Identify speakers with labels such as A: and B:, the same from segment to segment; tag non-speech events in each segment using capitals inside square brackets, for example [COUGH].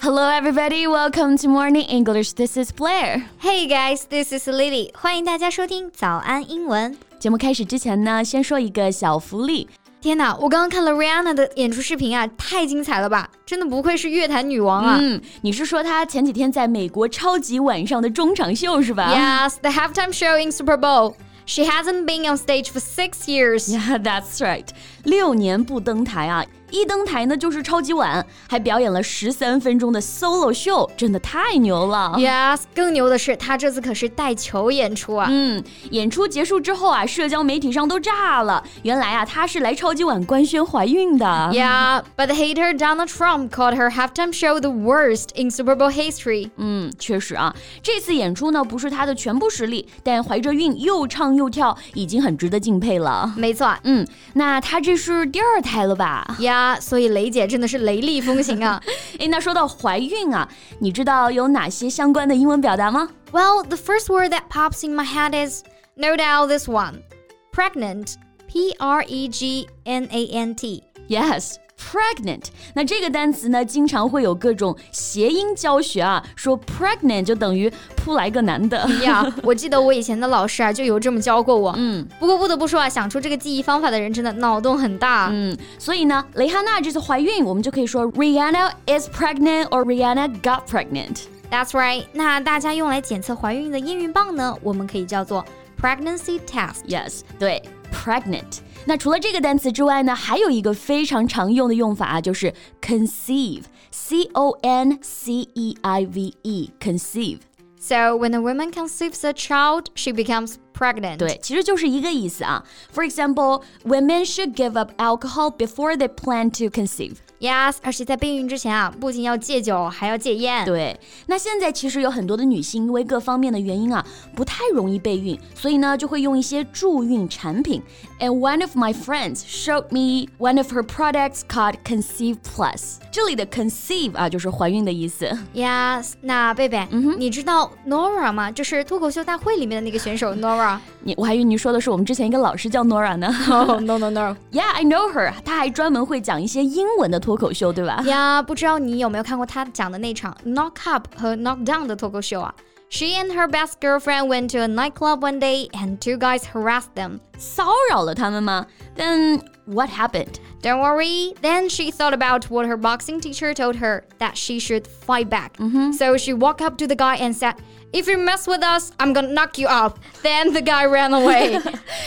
A: Hello, everybody. Welcome to Morning English. This is Blair.
B: Hey guys, this is Lily. 欢迎大家收听早安英文。
A: 节目开始之前呢，先说一个小福利。
B: 天哪，我刚刚看了 Rihanna 的演出视频啊，太精彩了吧！真的不愧是乐坛女王啊。
A: 嗯，你是说她前几天在美国超级晚上的中场秀是吧
B: Yes, the halftime show in Super Bowl. She hasn't been on stage for six years.
A: Yeah, [LAUGHS] that's right. 六年不登台啊，一登台呢就是超级晚，还表演了十三分钟的 solo 秀，真的太牛了。
B: Yes，更牛的是，她这次可是带球演出啊。
A: 嗯，演出结束之后啊，社交媒体上都炸了。原来啊，她是来超级碗官宣怀孕的。
B: Yeah, but hater Donald Trump called her halftime show the worst in Super Bowl history.
A: 嗯，确实啊，这次演出呢不是她的全部实力，但怀着孕又唱又跳，已经很值得敬佩了。
B: 没错啊
A: 嗯，那她这是第二胎了吧？
B: ，Yeah，所以雷姐真的是雷厉风行
A: [LAUGHS]
B: 啊。
A: 诶，那说到怀孕啊，你知道有哪些相关的英文表达吗？
B: Well, the first word that pops in my head is no doubt this one. Pregnant. P R E G N A N
A: [LAUGHS]
B: T.
A: Yes. Pregnant，那这个单词呢，经常会有各种谐音教学啊，说 pregnant 就等于扑来个男的。
B: 呀，我记得我以前的老师啊就有这么教过我。
A: 嗯
B: 不过不得不说啊，想出这个记忆方法的人真的脑洞很大。
A: 嗯，所以呢，蕾哈娜这次怀孕，我们就可以说 Rihanna is pregnant or Rihanna got pregnant。
B: That's right。那大家用来检测怀孕的验孕棒呢，我们可以叫做 pregnancy test。
A: Yes，对，pregnant。那除了这个单词之外呢，还有一个非常常用的用法啊，就是 conceive，c o n c e i v e，conceive。
B: So when a woman conceives a child, she becomes pregnant.
A: 对，其实就是一个意思啊。For example, women should give up alcohol before they plan to conceive。
B: Yes，而且在备孕之前啊，不仅要戒酒，还要戒烟。
A: 对，那现在其实有很多的女性因为各方面的原因啊，不太容易备孕，所以呢就会用一些助孕产品。And one of my friends showed me one of her products called Conceive Plus。这里的 conceive 啊，就是怀孕的意思。
B: Yes，那贝贝，你知道 Nora 吗？就是脱口秀大会里面的那个选手 Nora。
A: 你我还以为你说的是我们之前一个老师叫 Nora 呢。
B: [LAUGHS]
A: [LAUGHS]
B: Oh no no no！
A: yeah, I know her。她还专门会讲一些英文的脱口秀，对吧？
B: 呀，不知道你有没有看过她讲的那场 Knock Up 和 Knock Down 的脱口秀啊？She and her best girlfriend went to a nightclub one day and two guys harassed them.
A: 骚扰了他们吗？Then what happened？
B: Don't worry. Then she thought about what her boxing teacher told her that she should fight back. So she walked up to the guy and said, "If you mess with us, I'm gonna knock you up." Then the guy ran [LAUGHS] away.
A: [LAUGHS]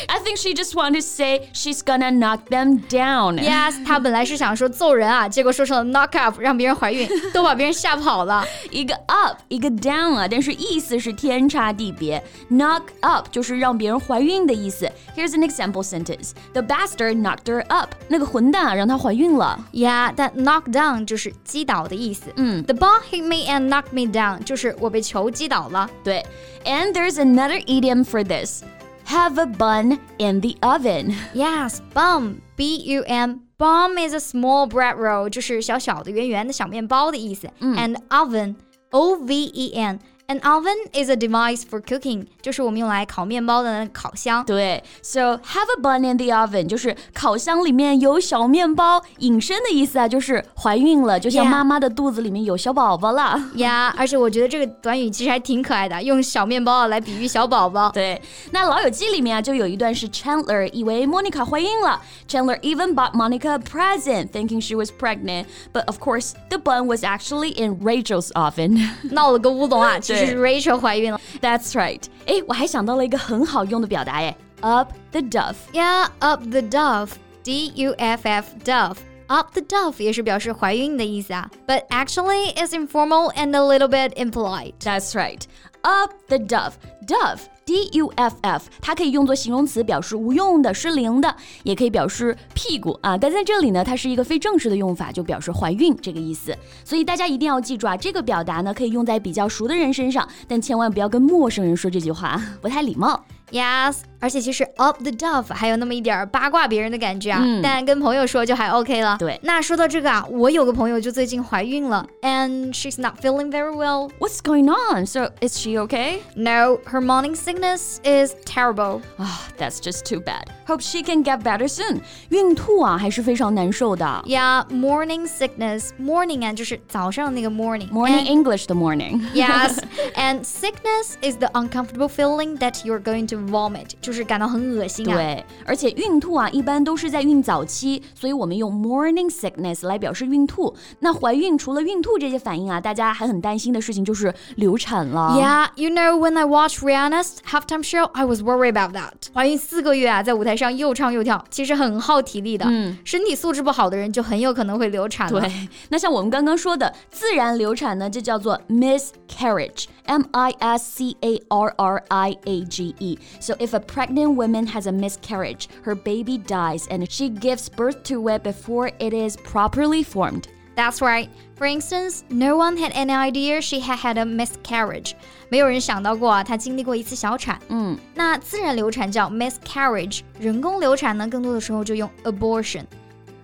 A: I think she just wanted to say she's gonna knock them down.
B: Yes，她本来是想说揍人啊，结果说成了 knock up，让别人怀孕，都把别人吓跑了。
A: 一个 up，一个 down 啊，但是意思是天差地别。Knock up 就是让别人怀孕的意思。Here's an example sentence: The bastard knocked her up。那个混蛋啊，让她怀孕了。
B: Yeah，但 knock down 就是击倒的意思。
A: 嗯
B: ，The ball hit me and knocked me down，就是我被球击倒了。
A: 对。And there's another idiom for this: Have a bun in the oven。 [LAUGHS]
B: Yes，bum，b u m，bum is a small bread roll，就是小小的、圆圆的小面包的意思。And
A: 嗯
B: oven，o v e n，an oven is a device for cooking，就是我们用来烤面包的烤箱。
A: 对，so have a bun in the oven 就是烤箱里面有小面包，引申的意思啊，就是怀孕了，就像
B: Yeah
A: 妈妈的肚子里面有小宝宝了。
B: 呀，而且我觉得这个短语其实还挺可爱的，用小面包啊来比喻小宝宝。
A: 对，那《老友记》里面啊，就有一段是 Chandler 以为 Monica 怀孕了，Chandler even bought Monica a present, thinking she was pregnant, but of course the bun was actually in Rachel's oven. [LAUGHS]
B: 闹了个乌龙啊，其实
A: 对
B: 是 Rachel 怀孕了
A: That's right. 哎，我还想到了一个很好用的表达哎，up the duff。
B: 呀。Up the dove, D U F F dove. Up the dove 也是表示怀孕的意思啊，but actually is informal and a little bit impolite.
A: That's right. Up the dove. Dove. D U F F，它可以用作形容词，表示无用的、失灵的，也可以表示屁股啊。但在这里呢，它是一个非正式的用法，就表示怀孕这个意思。所以大家一定要记住啊，这个 [LAUGHS] 表达呢可以用在比较熟的人身上，但千万不要跟陌生人说这句话，不太礼貌。
B: Yes，而且其实 up the dove 还有那么一点儿八卦别人的感觉啊，但跟朋友说就还 OK 了。
A: 对
B: 那说到这个啊，我有个朋友就最近怀孕了，and she's not feeling very well.
A: What's going on? So, is she okay?
B: No, her morning sickness is terrible.
A: Ah, that's just too bad. Hope she can get better soon. 孕吐啊，还是非常难受的。
B: Yeah, morning sickness. Morning 啊，就是早上那个 morning.
A: Morning English 的 morning.
B: Yes, and sickness is the uncomfortable feeling that you're going to vomit，就是感到很恶心啊。
A: 对，而且孕吐啊，一般都是在孕早期，所以我们用 morning sickness 来表示孕吐。那怀孕除了孕吐这些反应啊，大家还很担心的事情就是流产了。
B: Yeah, you know, when I watched Rihanna's halftime show, I was worried about that. 怀孕四个月啊，在舞台上又唱又跳，其实很耗体力的。嗯，身体素质不好的人就很有可能会流产了。
A: 对，那像我们刚刚说的自然流产呢，就叫做 miscarriage，M I S C A R R I A G E。So if a pregnant woman has a miscarriage, her baby dies and she gives birth to it before it is properly formed.
B: That's right. For instance, no one had any idea she had had a miscarriage. 没有人想到过啊，她经历过一次小产。嗯，那自然流产叫 miscarriage，人工流产呢，更多的时候就用 abortion。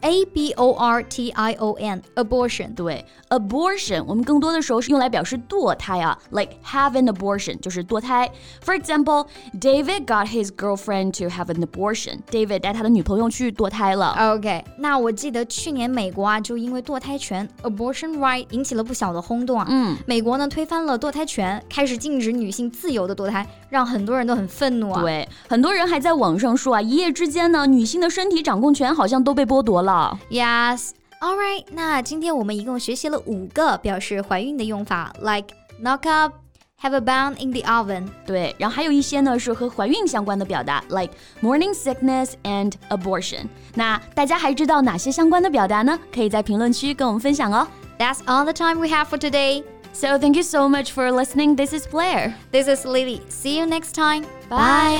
B: A B O R T I O N abortion，
A: 对，abortion 我们更多的时候是用来表示堕胎啊，like have an abortion 就是堕胎。For example, David got his girlfriend to have an abortion. David 带他的女朋友去堕胎了。
B: OK，那我记得去年美国啊，就因为堕胎权 （abortion right） 引起了不小的轰动啊。嗯，美国呢推翻了堕胎权，开始禁止女性自由的堕胎，让很多人都很愤怒啊。
A: 对，很多人还在网上说啊，一夜之间呢，女性的身体掌控权好像都被剥夺了。
B: Yes. All right. 那今天我们一共学习了五个表示怀孕的用法，like knock up, have a bun in the oven。
A: 对，然后还有一些呢是和怀孕相关的表达，like morning sickness and abortion。那大家还知道哪些相关的表达呢？可以在评论区跟我们分享哦。
B: That's all the time we have for today.
A: So thank you so much for listening. This is Blair.
B: This is Lily. See you next time.
A: Bye.